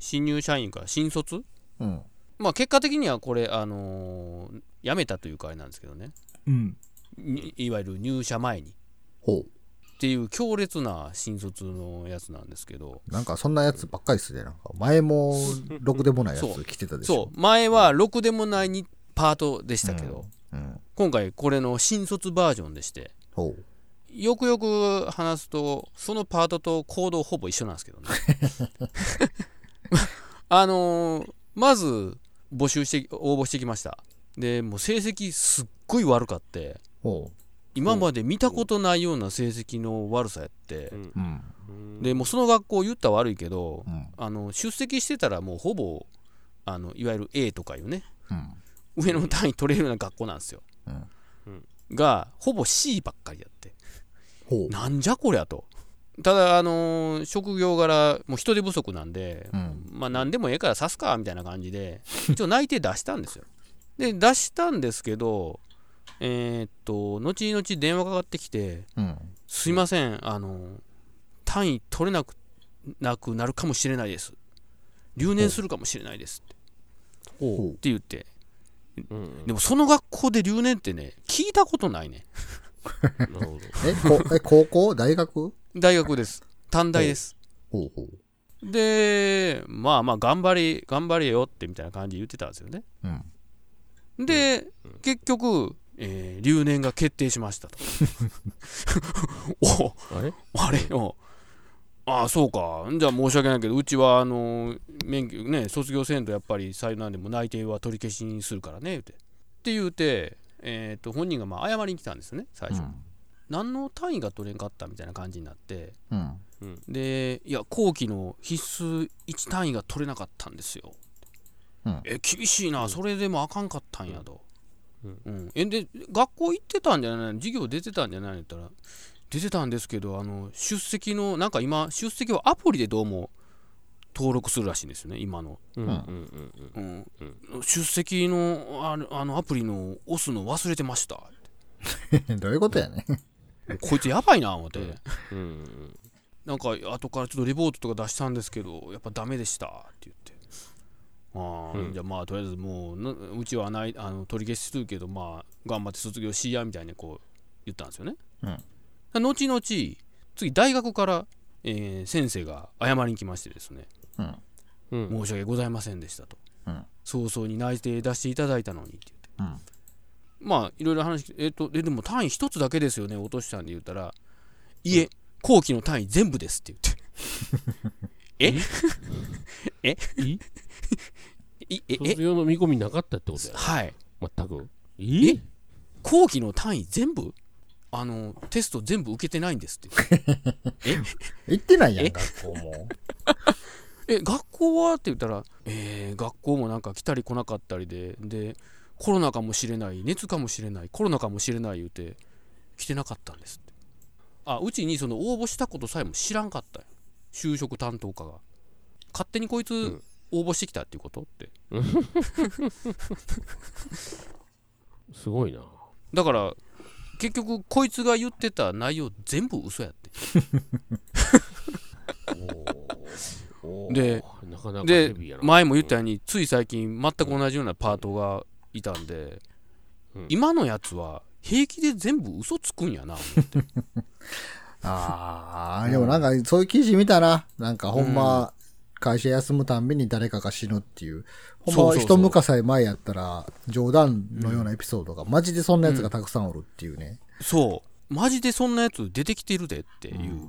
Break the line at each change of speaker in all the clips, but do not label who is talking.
新入社員から新卒
うん。
まあ結果的にはこれあのー辞めたというかあれなんですけどね
うん。
にいわゆる入社前に
ほ
っていう強烈な新卒のやつなんですけど
う。なんかそんなやつばっかりっすね。なんか前も、ろくでもないや
そ
つ来てたでしょ。
そう前はろくでもないにパートでしたけど、
うん。
今回これの新卒バージョンでして
ほう。
よくよく話すとそのパートと行動ほぼ一緒なんですけどねあのーまず募集して応募してきましたでもう成績すっごい悪かって
ほ
今まで見たことないような成績の悪さやって
うん
う。うん。
でもうその学校言ったら悪いけど
うん。
あの出席してたらもうほぼあのいわゆる A とかいうね
うん。
上の単位取れるような学校なんですよ、
うん
がほぼ C ばっかりやって
ほう。
なんじゃこりゃとただあのー職業柄もう人手不足なんで、
うん
まあ何でもええから刺すかみたいな感じで一応内定出したんですよで出したんですけどえーっと後々電話かかってきて
うん。
「すいませんあのー単位取れなくなくなるかもしれないです留年するかもしれないです」
ほ
って言って
うん
でもその学校で留年ってね聞いたことないね
なるほど
う。え、こ、え、高校大学
大学です短大です
ほうほう。
でまあまあ頑張り頑張れよってみたいな感じで言ってたんですよね
うん。
で、結局、えー留年が決定しましたとお
あれ
あれよああそうかじゃあ申し訳ないけどうちはあの免許ね卒業せんとやっぱり最難でも内定は取り消しにするからね言うてって言うて、えー、と本人がまあ謝りに来たんですよね最
う
初、
ん。
何の単位が取れんかったみたいな感じになって
うん。
でいや後期の必須1単位が取れなかったんですよ、
うん
え厳しいなそれでもあかんかったんやと、う
うんん
えで学校行ってたんじゃない授業出てたんじゃないのって言ったら出てたんですけどあの出席のなんか今出席はアプリでどうも登録するらしいんですよね今の、
うん
うん
うんうん
うん出席のあのあのアプリの押すの忘れてました
どういうことやね。
こいつやばいな思って。
うんうん
なんか後からちょっとレポートとか出したんですけどやっぱダメでしたって言ってああ、
うん
じゃあまあとりあえずもうなうちはないあの取り消しするけどまあ頑張って卒業しやみたいにこう言ったんですよね、
うん
うん、後々次大学から、えー先生が謝りに来ましてですね
うん。
うん
申し訳ございませんでしたと、
うん
早々に内定出していただいたのにって言って
うん。
まあいろいろ話聞いてえっ、とででも単位一つだけですよね落としたんで言ったら「いえ後期の単位全部です」って言ってええ
い
いええ
卒業の見込みなかったってことや
はい
全く
え後期の単位全部あのテスト全部受けてないんですって
行ってないや
え
ん、学校 も。
え学校はって言ったら、えー学校もなんか来たり来なかったりででコロナかもしれない熱かもしれないコロナかもしれない言うて来てなかったんですってあうちにその応募したことさえも知らんかったよ就職担当課が勝手にこいつ
ん
応募してきたっていうことって
すごいな
だから結局こいつが言ってた内容全部嘘やって
おー
で
なかなか
で
ヘビーやな
前も言ったようについ最近全く同じようなパートがいたんで、
うん
今のやつは平気で全部嘘つくんやな
ああ、でもなんかそういう記事見たら、なんかほんま、会社休むたんびに誰かが死ぬっていう、ほんま
そう
は
そうそう
一昔前やったら、冗談のようなエピソードが、マジでそんなやつがたくさんおるっていうね。
そうマジでそんなやつ出てきてるでっていう、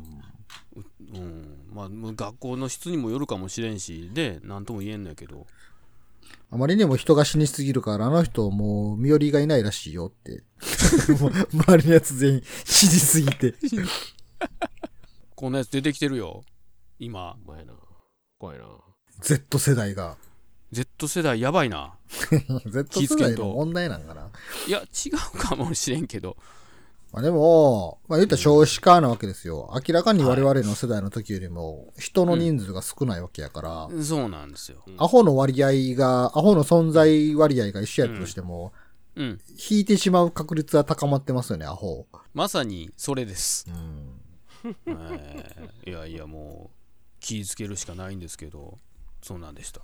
うんまあ、もう学校の質にもよるかもしれんしで何とも言えんのやけど
あまりにも人が死にすぎるから、あの人もう身寄りがいないらしい よって。もう周りのやつ全員死にすぎて。
こんなやつ出てきてるよ今
お前な怖いな
Z 世 代が。
Z 世代やばいな
Z
気ぃ
世
つけんと
代の問題なんかな。
いや違うかもしれんけど
まあでも、まあ言ったら少子化なわけですよ。明らかに我々の世代の時よりも、人の人数が少ないわけやから、
そうなんですよ
アホの割合が、アホの存在割合が一緒やったとしても、
うん
引いてしまう確率は高まってますよね、アホ。
まさにそれです
うん。
えーいやいやもう気ぃつけるしかないんですけどそんなんでした